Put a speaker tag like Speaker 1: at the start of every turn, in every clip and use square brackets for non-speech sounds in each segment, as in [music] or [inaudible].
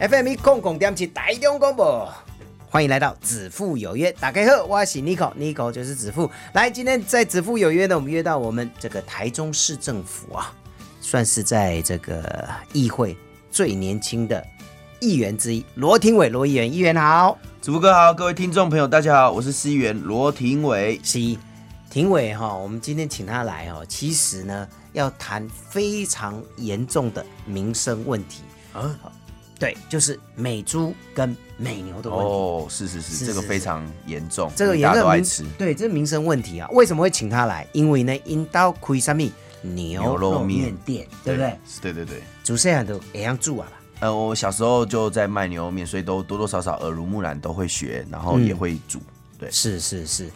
Speaker 1: FM 一空空点七台中广播，欢迎来到子父有约。打开后，我是 Nico，Nico 就是子父。来，今天在子父有约呢，我们约到我们这个台中市政府啊，算是在这个议会最年轻的议员之一，罗廷伟罗议员。议员好，
Speaker 2: 主播哥好，各位听众朋友大家好，我是思源罗廷伟。
Speaker 1: 是廷伟哈、我们今天请他来哦，其实呢要谈非常严重的民生问题，
Speaker 2: 啊，
Speaker 1: 对，就是美猪跟美牛的问题。
Speaker 2: 哦，是是是，
Speaker 1: 是
Speaker 2: 这个
Speaker 1: 是
Speaker 2: 非常严重，
Speaker 1: 这个
Speaker 2: 大
Speaker 1: 严
Speaker 2: 家都
Speaker 1: 重
Speaker 2: 爱
Speaker 1: 民
Speaker 2: 吃
Speaker 1: 对，这是民生问题啊。为什么会请他来？因为呢，因到开什么牛
Speaker 2: 牛肉
Speaker 1: 肉
Speaker 2: 面
Speaker 1: 面店，对不对？？
Speaker 2: 是对对对。
Speaker 1: 主持人都会样煮啊啦。
Speaker 2: 呃，我小时候就在卖牛肉面，所以都多多少少耳濡目染，都会学，然后
Speaker 1: 嗯
Speaker 2: 也会煮。对，
Speaker 1: 是是是，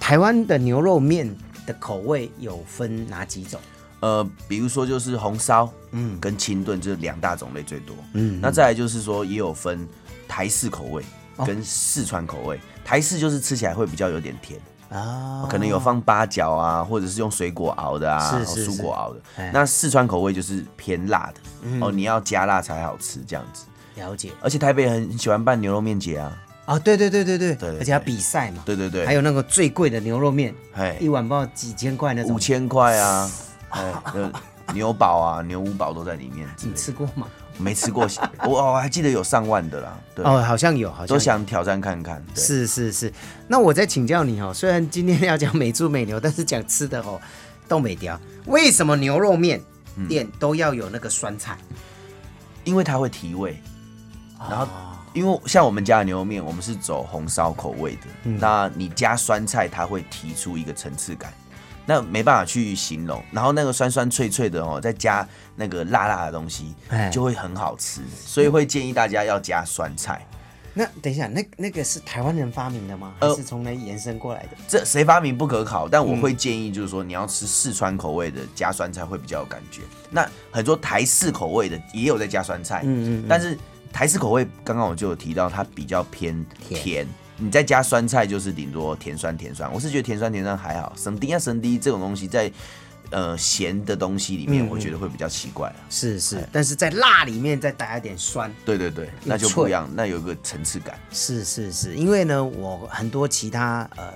Speaker 1: 台湾的牛肉面的口味有分哪几种？
Speaker 2: 呃，比如说就是红烧，
Speaker 1: 嗯
Speaker 2: 嗯，跟清炖这两大种类最多。
Speaker 1: 嗯
Speaker 2: 那再来就是说，也有分台式口味
Speaker 1: 哦
Speaker 2: 跟四川口味。台式就是吃起来会比较有点甜，
Speaker 1: 啊
Speaker 2: 可能有放八角啊，或者是用水果熬的啊，
Speaker 1: 是
Speaker 2: 或
Speaker 1: 是是
Speaker 2: 蔬果熬的
Speaker 1: 哎。嗯
Speaker 2: 那四川口味就是偏辣的、哦，你要加辣才好吃这样子。
Speaker 1: 了解
Speaker 2: 而且台北很喜欢办牛肉面节啊，
Speaker 1: 啊，对对对对对，
Speaker 2: 对对
Speaker 1: 而且要比赛嘛，
Speaker 2: 对对对，
Speaker 1: 还有那个最贵的牛肉面，
Speaker 2: 哎
Speaker 1: 一碗不知道几千块那种，
Speaker 2: 五千块
Speaker 1: [laughs]
Speaker 2: 啊，哎，呃牛堡啊、牛五堡都在里面之
Speaker 1: 你
Speaker 2: 类的，
Speaker 1: 吃过吗？
Speaker 2: 没吃过，我哦我我还记得有上万的啦，对，
Speaker 1: 哦，好像有，好像
Speaker 2: 都
Speaker 1: 有
Speaker 2: 想挑战看看。对，
Speaker 1: 是是是，那我再请教你哦，虽然今天要讲美猪美牛，但是讲吃的哦，都美雕。为什么牛肉面店都要有那个酸菜？
Speaker 2: 因为它会提味，然后。因为像我们家的牛肉面，我们是走红烧口味的，那你加酸菜，它会提出一个层次感，那没办法去形容。然后那个酸酸脆脆的哦，再加那个辣辣的东西
Speaker 1: 哎，
Speaker 2: 就会很好吃。所以会建议大家要加酸菜。
Speaker 1: 那等一下，那那个是台湾人发明的吗？还
Speaker 2: 呃
Speaker 1: 是从哪里延伸过来的？
Speaker 2: 这谁发明不可考，但我会建议就是说，你要吃四川口味的加酸菜会比较有感觉。那很多台式口味的也有在加酸菜，
Speaker 1: 嗯
Speaker 2: 嗯嗯但是台式口味刚刚我就有提到，它比较偏
Speaker 1: 甜
Speaker 2: 甜。你再加酸菜就是顶多甜酸甜酸，我是觉得甜酸甜酸还好，生低啊生低这种东西在呃咸的东西里面，我觉得会比较奇怪啊。
Speaker 1: 是是，但是在辣里面再打一点酸。
Speaker 2: 对对对，那就不一样，那有一个层次感。
Speaker 1: 是是是，因为呢，我很多其他呃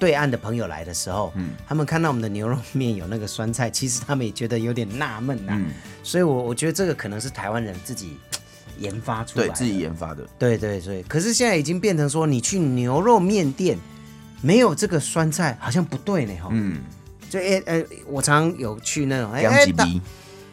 Speaker 1: 对岸的朋友来的时候，他们看到我们的牛肉面有那个酸菜，其实他们也觉得有点纳闷呐、所以我我觉得这个可能是台湾人自己研发出来
Speaker 2: 对
Speaker 1: 的，
Speaker 2: 自己研发的，
Speaker 1: 对对对，可是现在已经变成说，你去牛肉面店没有这个酸菜，好像不对呢哈。
Speaker 2: 嗯，
Speaker 1: 就哎哎、我常有去那种哎
Speaker 2: 姜几
Speaker 1: 头
Speaker 2: 鼻，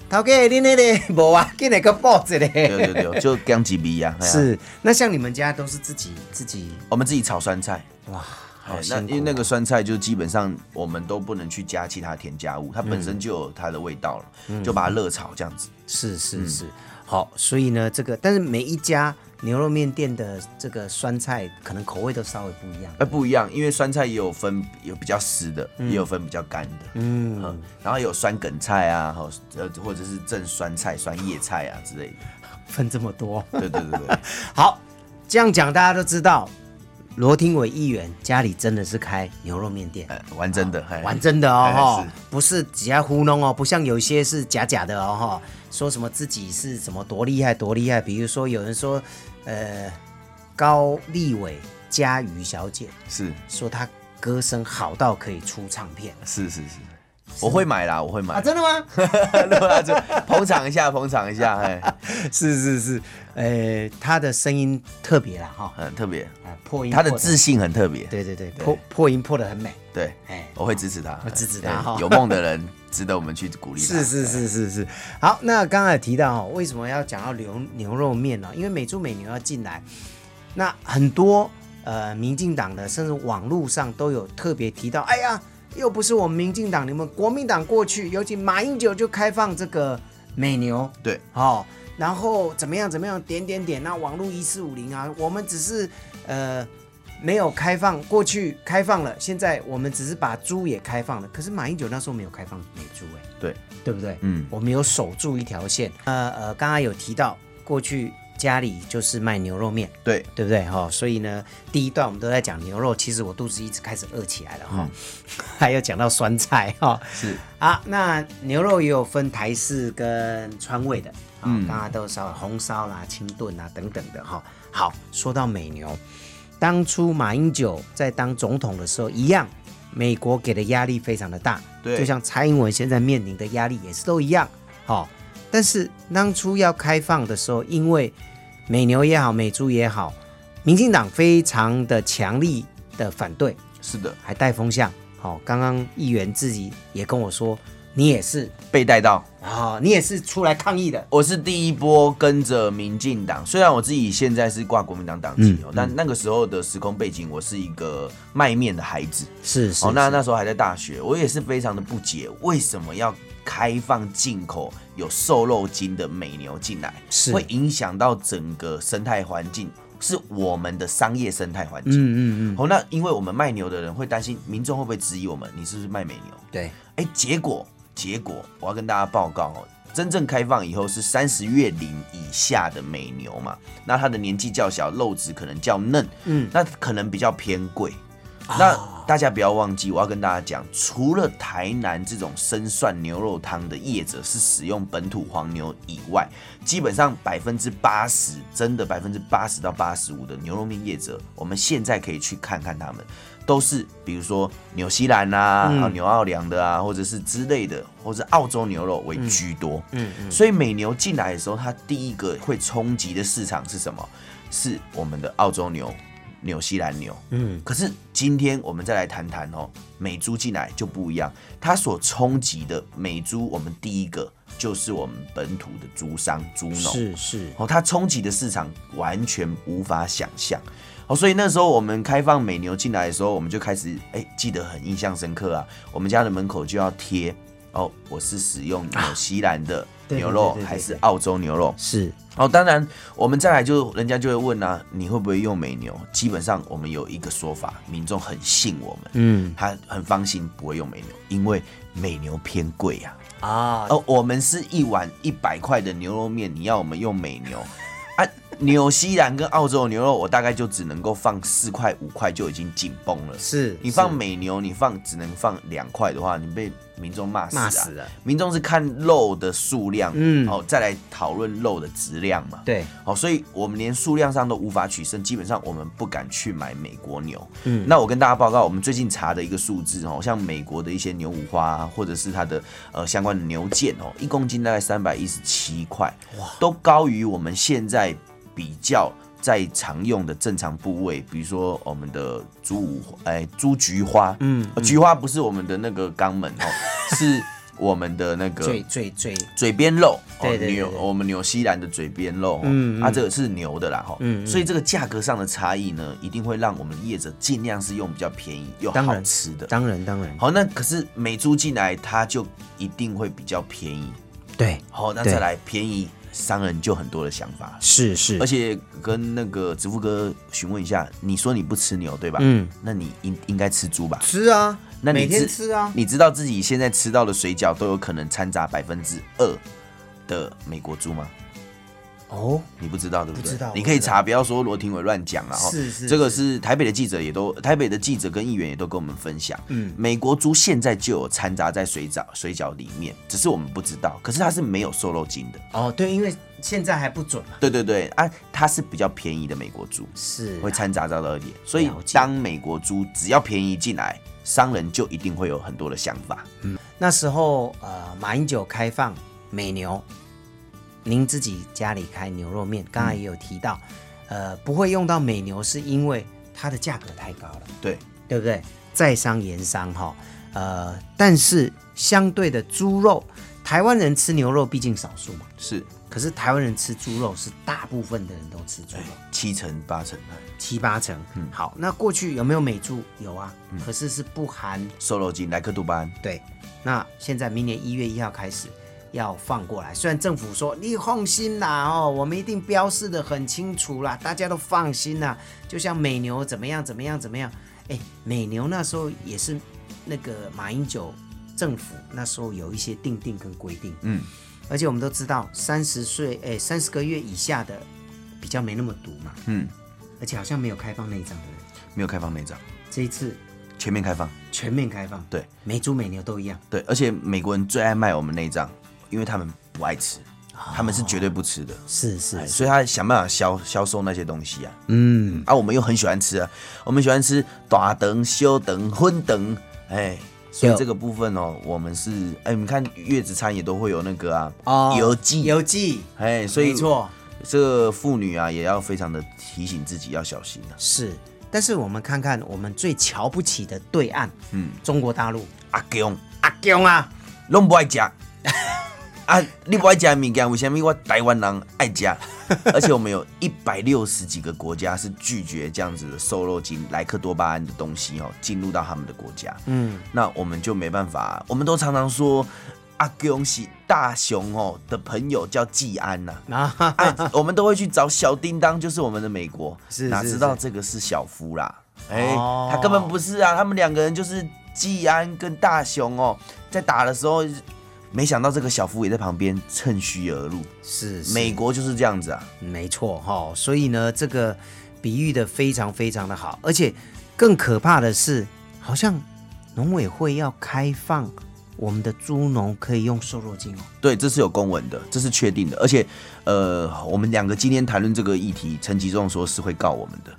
Speaker 1: 头家你那个无啊，给那个报纸嘞。
Speaker 2: 对对啊 [laughs] 对，就姜几鼻呀。嘿啊
Speaker 1: 是，那像你们家都是自己自己
Speaker 2: 我们自己炒酸菜，
Speaker 1: 哇，好
Speaker 2: 哎
Speaker 1: 辛
Speaker 2: 那
Speaker 1: 苦、
Speaker 2: 因为那个酸菜就基本上我们都不能去加其他添加物，它本身就有它的味道了，就把它热炒这样子。
Speaker 1: 是是
Speaker 2: 嗯
Speaker 1: 是，好，所以呢，这个但是每一家牛肉面店的这个酸菜可能口味都稍微不一样。
Speaker 2: 哎，不一样，因为酸菜也有分有比较湿的，也有分比较干的，嗯，然后也有酸梗菜啊，吼呃或者是正酸菜、酸叶菜啊之类的。
Speaker 1: 分这么多。
Speaker 2: 对对 [laughs] 对对，
Speaker 1: 好，这样讲大家都知道，罗廷伟议员家里真的是开牛肉面店，
Speaker 2: 哎玩真的，嘿
Speaker 1: 玩真的哦，
Speaker 2: 哎
Speaker 1: 吼
Speaker 2: 是
Speaker 1: 不是只要糊弄哦，不像有一些是假假的哦，吼说什么自己是什么多厉害多厉害，比如说有人说，呃，高立伟佳瑜小姐
Speaker 2: 是
Speaker 1: 说她歌声好到可以出唱片
Speaker 2: 是是是，我会买啦，我会
Speaker 1: 啊，
Speaker 2: 买，
Speaker 1: 真的吗？
Speaker 2: 对 [laughs] 啊就 [laughs] 捧场一下，捧场一下，哎，
Speaker 1: 是 [laughs] 是是，呃，她的声音特别啦，哈、
Speaker 2: 很特 [laughs] 别，
Speaker 1: 啊，破音
Speaker 2: 他的
Speaker 1: 破得，
Speaker 2: 自信很特别，
Speaker 1: 对对对，破破音破得很美，
Speaker 2: 对，
Speaker 1: 哎。
Speaker 2: 我会支持他，
Speaker 1: 会支持他
Speaker 2: 哎
Speaker 1: [laughs] 哈
Speaker 2: 有梦的人值得我们去鼓励他。
Speaker 1: 是是是是是，好，那刚才有提到哦，为什么要讲到牛牛肉面呢、因为美猪美牛要进来，那很多呃民进党的，甚至网络上都有特别提到，哎呀，又不是我们民进党，你们国民党过去，尤其马英九就开放这个美牛，
Speaker 2: 对，
Speaker 1: 哦，然后怎么样怎么样，点点点，那网络一四五零啊，我们只是呃没有开放，过去开放了，现在我们只是把猪也开放了，可是马英九那时候没有开放美猪、哎。
Speaker 2: 对，
Speaker 1: 对不对？
Speaker 2: 嗯
Speaker 1: 我们有守住一条线。呃呃，刚刚有提到过去家里就是卖牛肉面，
Speaker 2: 对，
Speaker 1: 对不对？哈、所以呢，第一段我们都在讲牛肉，其实我肚子一直开始饿起来了哈、 [laughs] 还有讲到酸菜哈、
Speaker 2: 是
Speaker 1: 啊，那牛肉也有分台式跟川味的，啊、刚刚都稍微红烧啦、清炖啦等等的哈、好，说到美牛，当初马英九在当总统的时候，一样，美国给的压力非常的大，
Speaker 2: 对
Speaker 1: 就像蔡英文现在面临的压力也是都一样，好、但是当初要开放的时候，因为美牛也好，美猪也好，民进党非常的强力的反对，
Speaker 2: 是的，
Speaker 1: 还带风向。好、刚刚议员自己也跟我说，你也是
Speaker 2: 被带到。
Speaker 1: 啊、你也是出来抗议的。
Speaker 2: 我是第一波跟着民进党，虽然我自己现在是挂国民党党籍哦，
Speaker 1: 嗯
Speaker 2: 但那个时候的时空背景，我是一个卖面的孩子。
Speaker 1: 是是
Speaker 2: 哦，那那时候还在大学，我也是非常的不解，为什么要开放进口有瘦肉精的美牛进来，
Speaker 1: 是
Speaker 2: 会影响到整个生态环境，是我们的商业生态环境。
Speaker 1: 嗯嗯嗯，
Speaker 2: 哦，那因为我们卖牛的人会担心民众会不会质疑我们，你是不是卖美牛？
Speaker 1: 对，
Speaker 2: 哎，结果结果我要跟大家报告哦，真正开放以后是三十月龄以下的美牛嘛，那它的年纪较小，肉质可能较嫩，
Speaker 1: 嗯，
Speaker 2: 那可能比较偏贵。那大家不要忘记，我要跟大家讲，除了台南这种生涮牛肉汤的业者是使用本土黄牛以外，基本上百分之八十，真的百分之八十到八十五的牛肉面业者，我们现在可以去看看他们，都是比如说纽西兰啊、还有纽奥良的啊，或者是之类的，或者澳洲牛肉为居多。嗯嗯。所以美牛进来的时候，它第一个会冲击的市场是什么？是我们的澳洲牛、纽西兰牛。
Speaker 1: 嗯，
Speaker 2: 可是今天我们再来谈谈哦，美猪进来就不一样，它所冲击的美猪，我们第一个就是我们本土的猪商、猪农。
Speaker 1: 是是，
Speaker 2: 哦，它冲击的市场完全无法想象。哦，所以那时候我们开放美牛进来的时候，我们就开始，哎、记得很印象深刻啊。我们家的门口就要贴，哦，我是使用纽西兰的
Speaker 1: 啊 [laughs] 对
Speaker 2: 牛肉
Speaker 1: 对对对对
Speaker 2: 还是澳洲牛肉？
Speaker 1: 是
Speaker 2: 哦，当然，我们再来就人家就会问啊，你会不会用美牛？基本上我们有一个说法，民众很信我们，
Speaker 1: 嗯
Speaker 2: 他很放心不会用美牛，因为美牛偏贵呀、啊。
Speaker 1: 啊，
Speaker 2: 而我们是一碗一百块的牛肉面，你要我们用美牛 [laughs] 啊？纽西兰跟澳洲的牛肉，我大概就只能够放四块五块就已经紧绷了。
Speaker 1: 是
Speaker 2: 你放美牛，你放只能放两块的话，你被民众骂死、啊。
Speaker 1: 骂死了，
Speaker 2: 民众是看肉的数量，
Speaker 1: 嗯
Speaker 2: 嗯，哦，再来讨论肉的质量嘛。
Speaker 1: 对，
Speaker 2: 好，哦所以我们连数量上都无法取胜，基本上我们不敢去买美国牛。嗯，那我跟大家报告，我们最近查的一个数字哦，像美国的一些牛五花、啊、或者是它的呃相关的牛腱哦，一公斤大概三百一十七块，哇，都高于我们现在比较。在常用的正常部位，比如说我们的猪五花，哎，猪菊花，嗯，菊花不是我们的那个肛门 [laughs] 哦，是我们的那个
Speaker 1: 最最最
Speaker 2: 嘴边肉，
Speaker 1: 对对对
Speaker 2: 哦，
Speaker 1: 对
Speaker 2: 牛我们纽西兰的嘴边肉，
Speaker 1: 嗯
Speaker 2: 嗯，啊，
Speaker 1: 嗯
Speaker 2: 这个是牛的啦，哈，所以这个价格上的差异呢，一定会让我们业者尽量是用比较便宜又
Speaker 1: 当然
Speaker 2: 好吃的。
Speaker 1: 当然当然，
Speaker 2: 好，那可是美猪进来，它就一定会比较便宜。
Speaker 1: 对，
Speaker 2: 好，那
Speaker 1: 对
Speaker 2: 再来便宜，商人就很多的想法了。
Speaker 1: 是是
Speaker 2: 而，且跟那个植富哥询问一下，你说你不吃牛对吧？
Speaker 1: 嗯，
Speaker 2: 那你应应该吃猪吧？
Speaker 1: 吃啊，
Speaker 2: 那你
Speaker 1: 每天
Speaker 2: 知
Speaker 1: 吃啊，
Speaker 2: 你知道自己现在吃到的水饺都有可能掺杂百分之二的美国猪吗？
Speaker 1: 哦，
Speaker 2: 你不知道对不对？
Speaker 1: 不知道
Speaker 2: 你
Speaker 1: 我
Speaker 2: 可以
Speaker 1: 不知道
Speaker 2: 查，不要说罗廷伟乱讲了哈。
Speaker 1: 是是
Speaker 2: 这个是台北的记者也都，台北的记者跟议员也都跟我们分享，
Speaker 1: 嗯
Speaker 2: 嗯，美国猪现在就有掺杂在水饺水饺里面，只是我们不知道，可是它是没有瘦肉精的。
Speaker 1: 哦，对，因为现在还不准嘛，
Speaker 2: 对对对，啊，它是比较便宜的美国猪，
Speaker 1: 是
Speaker 2: 会掺杂到了一点，所以
Speaker 1: 了解
Speaker 2: 当美国猪只要便宜进来，商人就一定会有很多的想法。
Speaker 1: 那时候呃，马英九开放美牛，您自己家里开牛肉面，刚才也有提到，呃，不会用到美牛是因为它的价格太高了，
Speaker 2: 对，
Speaker 1: 对不对？在商言商哈，呃，但是相对的猪肉，台湾人吃牛肉毕竟少数嘛，
Speaker 2: 是
Speaker 1: 可是台湾人吃猪肉是大部分的人都吃猪肉，
Speaker 2: 七成八成哎
Speaker 1: 七八成。好，那过去有没有美猪？有啊，可是是不含
Speaker 2: 瘦肉精、莱克多巴胺，
Speaker 1: 对，那现在明年一月一号开始要放过来，虽然政府说你放心啦哦，我们一定标示的很清楚啦，大家都放心啦。就像美牛怎么样怎么样怎么样，哎，美牛那时候也是那个马英九政府那时候有一些定定跟规定，
Speaker 2: 嗯，
Speaker 1: 而且我们都知道三十岁哎三十个月以下的较没那么毒嘛，
Speaker 2: 嗯，
Speaker 1: 而且好像没有开放内脏的人，
Speaker 2: 没有开放内脏，
Speaker 1: 这一次
Speaker 2: 全面开放。
Speaker 1: 全面开放，
Speaker 2: 对，
Speaker 1: 每猪每牛都一样，
Speaker 2: 对，而且美国人最爱卖我们内脏，因为他们不爱吃，他们是绝对不吃的，
Speaker 1: 哦是是
Speaker 2: 哎所以他想办法销销售那些东西啊。
Speaker 1: 嗯，
Speaker 2: 啊，我们又很喜欢吃啊，我们喜欢吃大肠、小肠、荤肠，哎，所以
Speaker 1: 对
Speaker 2: 这个部分哦，我们是哎，你看月子餐也都会有那个啊，
Speaker 1: 哦
Speaker 2: 油剂，
Speaker 1: 邮寄，
Speaker 2: 哎，所以
Speaker 1: 没，错，
Speaker 2: 这个妇女啊也要非常的提醒自己要小心啊。
Speaker 1: 是。但是我们看看我们最瞧不起的对岸，嗯，中国大陆，
Speaker 2: 阿公
Speaker 1: 阿公啊，
Speaker 2: 拢不爱吃。啊，你不爱吃的物件，为什么我台湾人爱吃？而且我们有一百六十几个国家是拒绝这样子的瘦肉精、莱克多巴胺的东西哦，进入到他们的国家。
Speaker 1: 嗯，
Speaker 2: 那我们就没办法。我们都常常说，阿公是大雄哦的朋友叫季安呐、 [laughs]
Speaker 1: 啊，
Speaker 2: 啊，我们都会去找小叮当，就是我们的美国，
Speaker 1: 是
Speaker 2: 哪
Speaker 1: 是
Speaker 2: 知道这个是小夫啦？哎、
Speaker 1: 哦
Speaker 2: 他根本不是啊，他们两个人就是季安跟大雄哦，在打的时候，没想到这个小夫也在旁边趁虚而入。
Speaker 1: 是是
Speaker 2: 美国就是这样子啊，
Speaker 1: 没错哈、所以呢，这个比喻的非常非常的好，而且更可怕的是，好像农委会要开放我们的猪农可以用瘦肉精哦。
Speaker 2: 对，这是有公文的，这是确定的，而且，呃，我们两个今天谈论这个议题，陈吉仲说是会告我们的。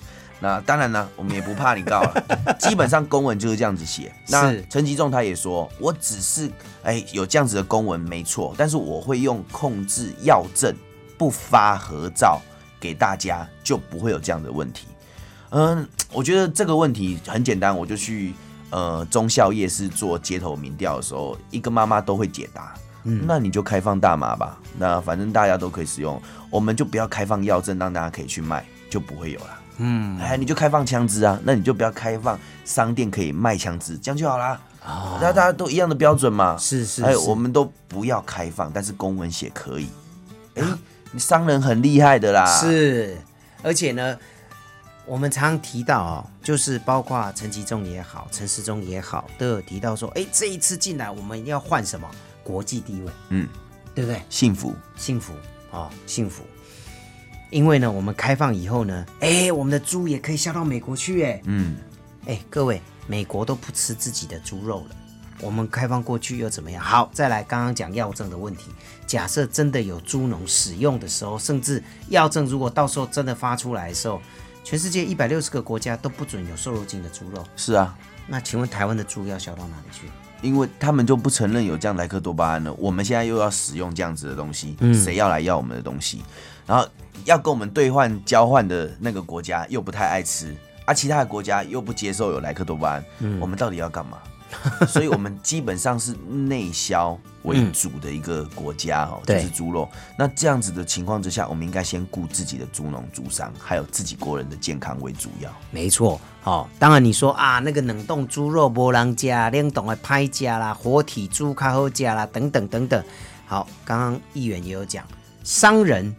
Speaker 2: 那当然呢，我们也不怕你告了，基本上公文就是这样子写。那
Speaker 1: 是
Speaker 2: 陈吉仲他也说，我只是哎、有这样子的公文没错，但是我会用控制药证不发合照给大家，就不会有这样的问题。嗯，我觉得这个问题很简单，我就去呃中校夜市做街头民调的时候，一个妈妈都会解答。
Speaker 1: 嗯
Speaker 2: 那你就开放大麻吧，那反正大家都可以使用，我们就不要开放药证，让大家可以去卖，就不会有啦。
Speaker 1: 嗯，
Speaker 2: 哎，你就开放枪支啊，那你就不要开放商店可以卖枪支，这样就好啦。那大家都一样的标准嘛。
Speaker 1: 哦是是
Speaker 2: 哎，
Speaker 1: 是
Speaker 2: 我们都不要开放，但是公文写可以。哎，你商人很厉害的啦。。
Speaker 1: 啊是，而且呢，我们常提到哦，就是包括陈其仲也好，陈时中也好，都有提到说，哎，这一次进来我们要换什么国际地位，
Speaker 2: 嗯，
Speaker 1: 对不对？
Speaker 2: 幸福。
Speaker 1: 幸福哦，幸福。因为呢，我们开放以后呢，哎，我们的猪也可以销到美国去，哎，
Speaker 2: 嗯，
Speaker 1: 哎，各位，美国都不吃自己的猪肉了，我们开放过去又怎么样？好，再来刚刚讲药证的问题。假设真的有猪农使用的时候，甚至药证如果到时候真的发出来的时候，全世界一百六十个国家都不准有瘦肉精的猪肉，
Speaker 2: 是啊，
Speaker 1: 那请问台湾的猪要销到哪里去？
Speaker 2: 因为他们就不承认有这样莱克多巴胺了，我们现在又要使用这样子的东西，
Speaker 1: 嗯
Speaker 2: 谁要来要我们的东西？然后要跟我们兑换交换的那个国家又不太爱吃，啊，其他的国家又不接受有莱克多巴胺，
Speaker 1: 嗯
Speaker 2: 我们到底要
Speaker 1: [laughs]
Speaker 2: 干嘛？所以我们基本上是内销为主的一个国家哦，就
Speaker 1: 嗯对
Speaker 2: 是猪肉。那这样子的情况之下，我们应该先顾自己的猪农、猪商，还有自己国人的健康为主要。
Speaker 1: 没错，哦，当然你说啊，那个冷冻猪肉无人吃，冷冻的拍家啦，活体猪较好吃啦，等等等等。好，刚刚议员也有讲，商人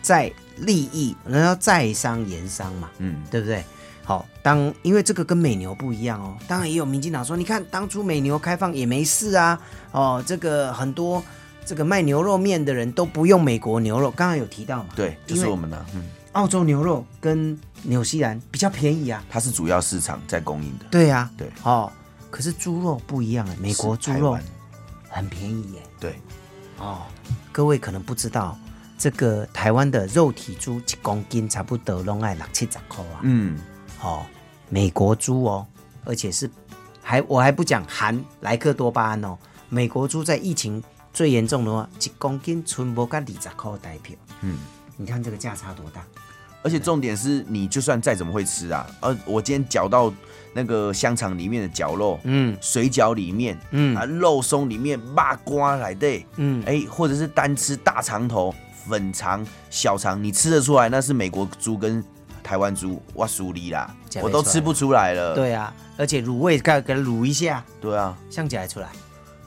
Speaker 1: 在利益，然后在商言商嘛，
Speaker 2: 嗯，
Speaker 1: 对不对？好，当因为这个跟美牛不一样哦，当然也有民进党说，你看当初美牛开放也没事啊，哦，这个很多这个卖牛肉面的人都不用美国牛肉，刚刚有提到嘛，
Speaker 2: 对，就
Speaker 1: 因
Speaker 2: 是
Speaker 1: 为
Speaker 2: 我们呢、嗯，
Speaker 1: 澳洲牛肉跟纽西兰比较便宜啊。
Speaker 2: 它是主要市场在供应的。
Speaker 1: 对呀、
Speaker 2: 对
Speaker 1: 哦，可是猪肉不一样哎，美国猪
Speaker 2: 是台
Speaker 1: 肉
Speaker 2: 湾
Speaker 1: 很便宜耶。
Speaker 2: 对，
Speaker 1: 哦，各位可能不知道，这个台湾的肉体猪一公斤差不多拢爱六七十块啊。
Speaker 2: 嗯，
Speaker 1: 哦，美国猪哦，而且是还我还不讲含莱克多巴胺哦，美国猪在疫情最严重的话，一公斤存无个二十块台票。
Speaker 2: 嗯，
Speaker 1: 你看这个价差多大？
Speaker 2: 而且重点是你就算再怎么会吃啊，呃，我今天嚼到那个香肠里面的绞肉，
Speaker 1: 嗯
Speaker 2: 水饺里面，
Speaker 1: 嗯
Speaker 2: 啊，肉松里面，麻瓜来的，
Speaker 1: 嗯，
Speaker 2: 哎、或者是单吃大肠头、粉肠、小肠，你吃得出来那是美国猪跟台湾猪，哇，苏里啦
Speaker 1: 假，
Speaker 2: 我
Speaker 1: 没
Speaker 2: 都
Speaker 1: 出来
Speaker 2: 吃不出来了。
Speaker 1: 对啊，而且卤味盖给它卤一下，
Speaker 2: 对啊，
Speaker 1: 像起来出来。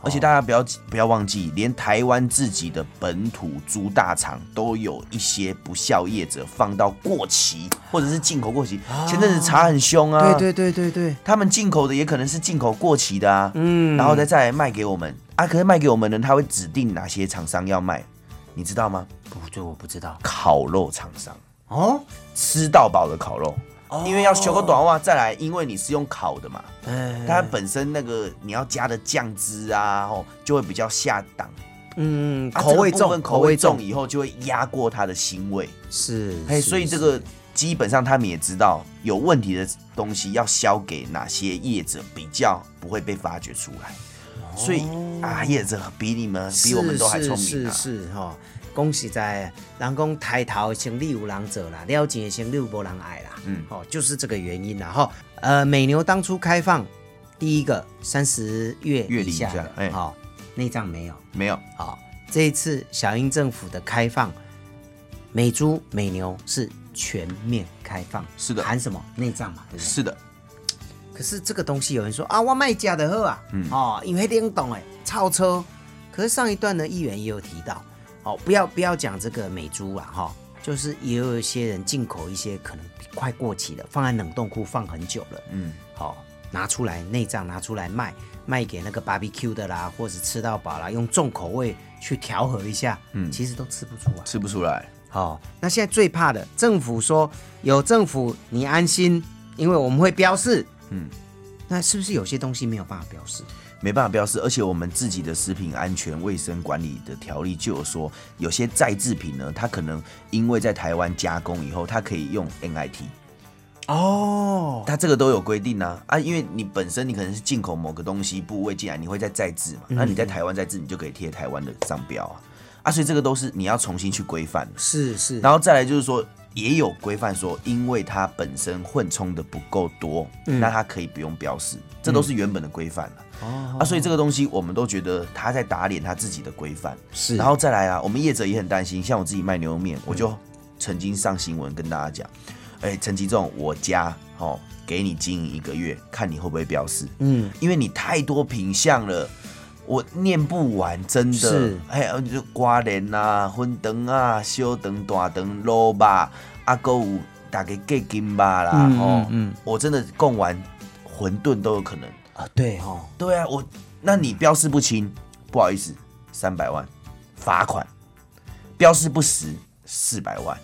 Speaker 2: 而且大家不要不要忘记，连台湾自己的本土猪大肠都有一些不孝业者放到过期，或者是进口过期。前阵子查很凶啊，
Speaker 1: 啊对对对对对，
Speaker 2: 他们进口的也可能是进口过期的啊，
Speaker 1: 嗯
Speaker 2: 然后再再来卖给我们啊。可是卖给我们呢，他会指定哪些厂商要卖，你知道吗？
Speaker 1: 不，这我不知道
Speaker 2: 烤肉厂商，
Speaker 1: 哦，
Speaker 2: 吃到饱的烤肉。因为要修个短袜，再来，因为你是用烤的嘛，
Speaker 1: 哎，
Speaker 2: 它本身那个你要加的酱汁啊，哦，就会比较下档，
Speaker 1: 嗯，
Speaker 2: 啊
Speaker 1: 口味
Speaker 2: 这个部
Speaker 1: 重，
Speaker 2: 分口味重以后就会压过它的腥味，
Speaker 1: 是，
Speaker 2: 嘿，
Speaker 1: 是
Speaker 2: 所以这
Speaker 1: 是
Speaker 2: 个基本上他们也知道有问题的东西要销给哪些业者比较不会被发掘出来，所以啊，业者比你们比我们都还聪明
Speaker 1: 是
Speaker 2: 啊，
Speaker 1: 是是吼，讲实在，人讲抬头生理有人做啦，了钱的生理有无人爱啦，嗯，哦，就是这个原因啦吼。呃，美牛当初开放，第一个三十月
Speaker 2: 月
Speaker 1: 以
Speaker 2: 底以
Speaker 1: 下
Speaker 2: 下
Speaker 1: 的，
Speaker 2: 哎
Speaker 1: 哦，内脏没有，
Speaker 2: 没有，
Speaker 1: 哦，这一次小英政府的开放，美猪美牛是全面开放，
Speaker 2: 是的
Speaker 1: 含什么内脏嘛，对不对？
Speaker 2: 是的，
Speaker 1: 可是这个东西有人说啊，我卖假的喝啊，哦，因为冷冻哎，超车。可是上一段呢，议员也有提到，哦，不要不要讲这个美猪啊，哈、就是也有一些人进口一些可能快过期的，放在冷冻库放很久了，
Speaker 2: 嗯，
Speaker 1: 好、拿出来内脏拿出来卖，卖给那个 barbecue 的啦，或是吃到饱啦，用重口味去调和一下，嗯，其实都吃不出来。
Speaker 2: 吃不出来，
Speaker 1: 好、那现在最怕的，政府说有政府你安心，因为我们会标示。嗯，那是不是有些东西没有办法标示？
Speaker 2: 没办法标示，而且我们自己的食品安全卫生管理的条例就有说，有些再制品呢，它可能因为在台湾加工以后，它可以用 NIT，
Speaker 1: 哦，
Speaker 2: 它这个都有规定啊啊，因为你本身你可能是进口某个东西部位进来，你会再再制嘛，那你在台湾再制，你就可以贴台湾的商标啊啊，所以这个都是你要重新去规范的。
Speaker 1: 是是，
Speaker 2: 然后再来就是说，也有规范说，因为它本身混充的不够多，那它可以不用标示，这都是原本的规范了。啊，所以这个东西我们都觉得他在打脸他自己的规范。
Speaker 1: 是嗯
Speaker 2: 然后再来啊，我们业者也很担心，像我自己卖牛肉面，我就曾经上新闻跟大家讲，哎、陈吉仲，我家哦，给你经营一个月，看你会不会标示。
Speaker 1: 嗯，
Speaker 2: 因为你太多品相了。我念不完，真的
Speaker 1: 是。
Speaker 2: 哎，啊就瓜莲啊、荤肠啊、小肠、大肠、肉吧，啊，够有大概鸡筋吧啦，
Speaker 1: 嗯
Speaker 2: 哦，
Speaker 1: 嗯嗯
Speaker 2: 我真的供完馄饨都有可能。
Speaker 1: 啊，对哦，
Speaker 2: 对啊，我那你标示不清，不好意思，三百万罚款；标示不实，四百万。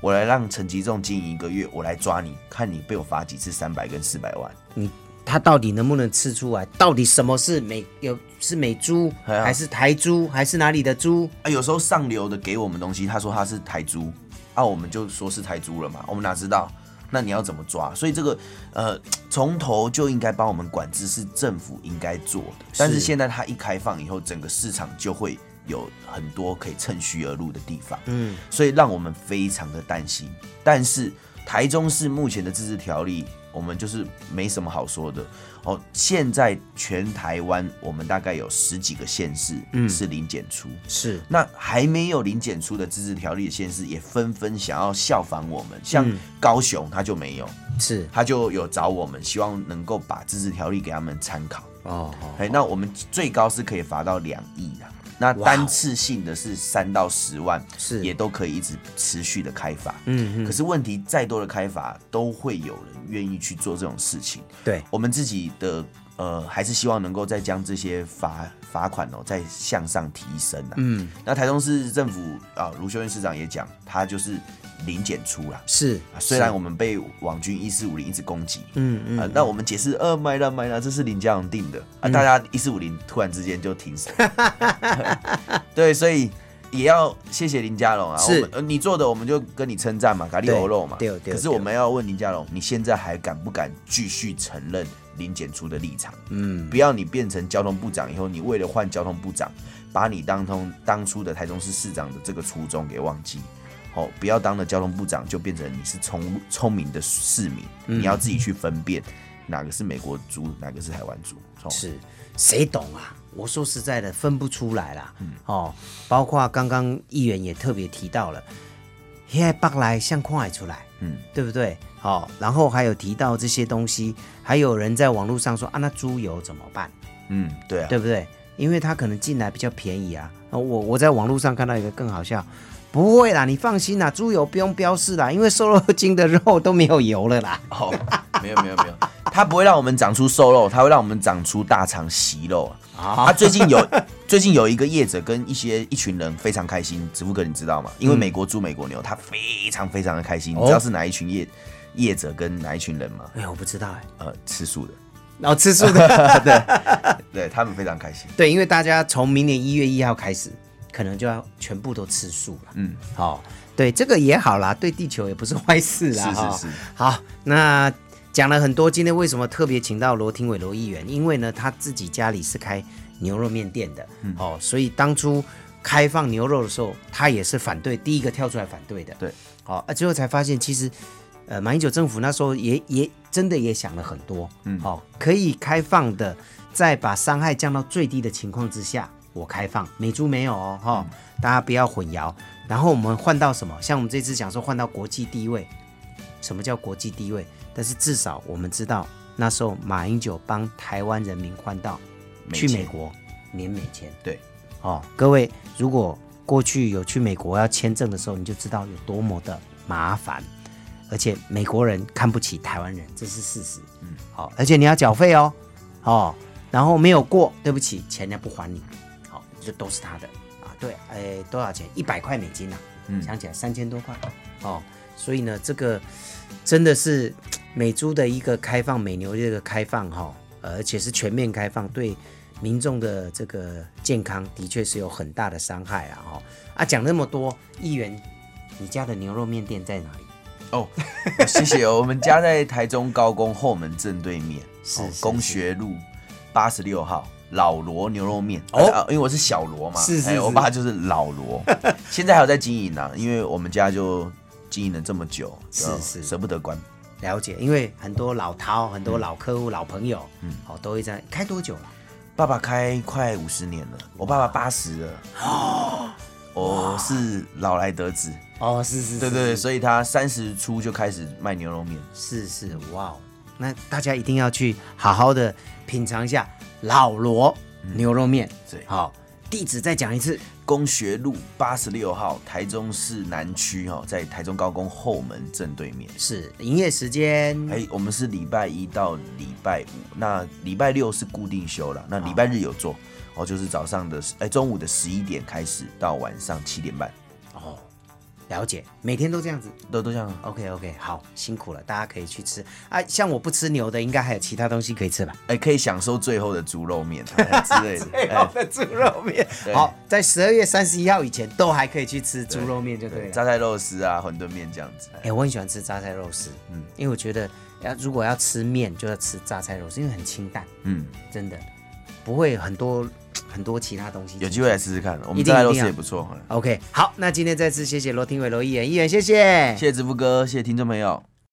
Speaker 2: 我来让陈吉仲经营一个月，我来抓你，看你被我罚几次三百跟四百万。
Speaker 1: 你它到底能不能吃出来？到底什么是美有是美猪，
Speaker 2: 哎呀
Speaker 1: 还是台猪，还是哪里的猪？
Speaker 2: 啊，有时候上流的给我们东西，他说他是台猪，啊，我们就说是台猪了嘛，我们哪知道？那你要怎么抓？所以这个呃，从头就应该帮我们管制，是政府应该做的。但是现在它一开放以后，整个市场就会有很多可以趁虚而入的地方，嗯，所以让我们非常的担心。但是台中市目前的自治条例，我们就是没什么好说的哦。现在全台湾，我们大概有十几个县市是零检出，
Speaker 1: 是
Speaker 2: 那还没有零检出的自治条例的县市也纷纷想要效仿我们，像
Speaker 1: 嗯
Speaker 2: 高雄他就没有，
Speaker 1: 是
Speaker 2: 他就有找我们，希望能够把自治条例给他们参考。
Speaker 1: 哦，哦
Speaker 2: 哎，那我们最高是可以罚到两亿啊，那单次性的是三到十万，
Speaker 1: 是
Speaker 2: 也都可以一直持续的开发。
Speaker 1: 嗯
Speaker 2: 可是问题再多的开发，都会有人愿意去做这种事情。
Speaker 1: 对，
Speaker 2: 我们自己的呃，还是希望能够再将这些罚罚款哦，再向上提升啊。嗯，那台中市政府啊，卢修燕市长也讲，他就是零检出啦。
Speaker 1: 是
Speaker 2: 啊虽然我们被网军一四五零一直攻击，
Speaker 1: 嗯嗯
Speaker 2: 嗯，那我们解释，呃，买了买了，这是林家荣定的啊，大家一四五零突然之间就
Speaker 1: [laughs]
Speaker 2: 停手，对，所以也要谢谢林家荣啊，
Speaker 1: 是
Speaker 2: 我们呃你做的我们就跟你称赞嘛，咖喱
Speaker 1: 对
Speaker 2: 牛肉嘛，
Speaker 1: 对对
Speaker 2: 可是
Speaker 1: 对
Speaker 2: 我们要问林家荣，你现在还敢不敢继续承认林检出的立场？嗯，不要你变成交通部长以后，你为了换交通部长，把你当通当初的台中市市长的这个初衷给忘记。哦，不要当了交通部长就变成你是聪聪明的市民，你要自己去分辨哪个是美国猪，哪个是台湾猪。哦、
Speaker 1: 是谁懂啊？我说实在的，分不出来啦。哦，包括刚刚议员也特别提到了，现在北来像看海出来，
Speaker 2: 嗯，
Speaker 1: 对不对？好、然后还有提到这些东西，还有人在网络上说啊，那猪油怎么办？
Speaker 2: 嗯，对啊，
Speaker 1: 对不对？因为它可能进来比较便宜啊。呃我我在网络上看到一个更好笑，不会啦，你放心啦，猪油不用标示啦，因为瘦肉精的肉都没有油了啦。
Speaker 2: 哦，没有没有没有，它不会让我们长出瘦肉，它会让我们长出大肠息肉啊！
Speaker 1: 啊
Speaker 2: 啊，最近有 [laughs] 最近有一个业者跟一些一群人非常开心，子富哥你知道吗？因为美国猪美国牛，他非常非常的开心。你知道是哪一群业业者跟哪一群人吗？
Speaker 1: 哎呀，我不知道哎，
Speaker 2: 呃，吃素的，
Speaker 1: 然后哦吃素的，
Speaker 2: 对他们非常开心。
Speaker 1: 对，因为大家从明年一月一号开始，可能就要全部都吃素了。
Speaker 2: 嗯，
Speaker 1: 好、对，这个也好啦，对地球也不是坏事啦。
Speaker 2: 是
Speaker 1: 哈
Speaker 2: 是是
Speaker 1: 好，那讲了很多，今天为什么特别请到罗廷伟罗议员？因为呢，他自己家里是开牛肉面店的，
Speaker 2: 嗯
Speaker 1: 哦，所以当初开放牛肉的时候，他也是反对，第一个跳出来反对的。
Speaker 2: 对，
Speaker 1: 好、啊，最后才发现其实。呃，马英九政府那时候也也真的也想了很多，嗯，好、可以开放的，在把伤害降到最低的情况之下，我开放，美猪没有哦，哈、大家不要混淆。然后我们换到什么？像我们这次讲说换到国际地位，什么叫国际地位？但是至少我们知道，那时候马英九帮台湾人民换到
Speaker 2: 美
Speaker 1: 去
Speaker 2: 签
Speaker 1: 美国免美签。
Speaker 2: 对，
Speaker 1: 哦，各位如果过去有去美国要签证的时候，你就知道有多么的麻烦，而且美国人看不起台湾人，这是事实。嗯，好、而且你要缴费哦，哦，然后没有过，对不起，钱人家不还你，好、这都是他的啊。对，哎，多少钱？一百块美金呐、啊
Speaker 2: 嗯
Speaker 1: 想起来三千多块哦。所以呢，这个真的是美猪的一个开放，美牛的一个开放哈、呃而且是全面开放，对民众的这个健康的确是有很大的伤害啊哈、哦。啊，讲那么多，议员，你家的牛肉面店在哪里？
Speaker 2: 哦，谢谢哦。我们家在台中高工后门正对面，
Speaker 1: [laughs] 是
Speaker 2: 哦
Speaker 1: 是
Speaker 2: 工
Speaker 1: 是
Speaker 2: 学路八十六号老罗牛肉面。
Speaker 1: 哦
Speaker 2: 哦、啊因为我是小罗嘛，
Speaker 1: 是是
Speaker 2: 哎
Speaker 1: 是
Speaker 2: 我爸就是老
Speaker 1: [laughs]
Speaker 2: 罗，现在还有在经营啊，因为我们家就经营了这么久，
Speaker 1: 是
Speaker 2: 呃
Speaker 1: 是
Speaker 2: 舍不得关。
Speaker 1: 了解，因为很多老饕、很多老客户、老朋友，嗯，哦，都会在开多久了？
Speaker 2: 爸爸开快五十年了，我爸爸八
Speaker 1: [gasps]
Speaker 2: 十了，哦，我是老来得子，
Speaker 1: 哦，是是
Speaker 2: 对对对，所以他三十出就开始卖牛肉面。
Speaker 1: 是是，哇哦！那大家一定要去好好的品尝一下老罗牛肉面。
Speaker 2: 对
Speaker 1: 好，地址再讲一次。
Speaker 2: 工学路八十六号，台中市南区哈，在台中高工后门正对面。
Speaker 1: 是营业时间，
Speaker 2: 哎、我们是礼拜一到礼拜五，那礼拜六是固定休了，那礼拜日有做哦，就是早上的哎、中午的十一点开始到晚上七点半，
Speaker 1: 哦，了解，每天都这样子。
Speaker 2: 都都这样啊。
Speaker 1: OK OK，好，辛苦了，大家可以去吃啊。像我不吃牛的，应该还有其他东西可以 [laughs] 吃吧？
Speaker 2: 哎、可以享受最后的猪肉面、哎之类的。哎
Speaker 1: 的猪肉面 [laughs]
Speaker 2: 对
Speaker 1: 好，在十二月三十一号以前都还可以去吃猪肉面就对
Speaker 2: 对
Speaker 1: 了。
Speaker 2: 榨菜肉丝啊，馄饨面这样子。
Speaker 1: 哎、我很喜欢吃榨菜肉丝，嗯，因为我觉得要如果要吃面，就要吃榨菜肉丝，因为很清淡，
Speaker 2: 嗯，
Speaker 1: 真的不会很多很多其他东西。
Speaker 2: 有机会来试试看，我
Speaker 1: 一
Speaker 2: 们
Speaker 1: 定
Speaker 2: 榨菜
Speaker 1: 一
Speaker 2: 肉
Speaker 1: 定啊
Speaker 2: 丝也不错。哎
Speaker 1: OK，好，那今天再次谢谢罗廷伟罗议员，议员谢谢，
Speaker 2: 谢谢直福哥，谢谢听众朋友。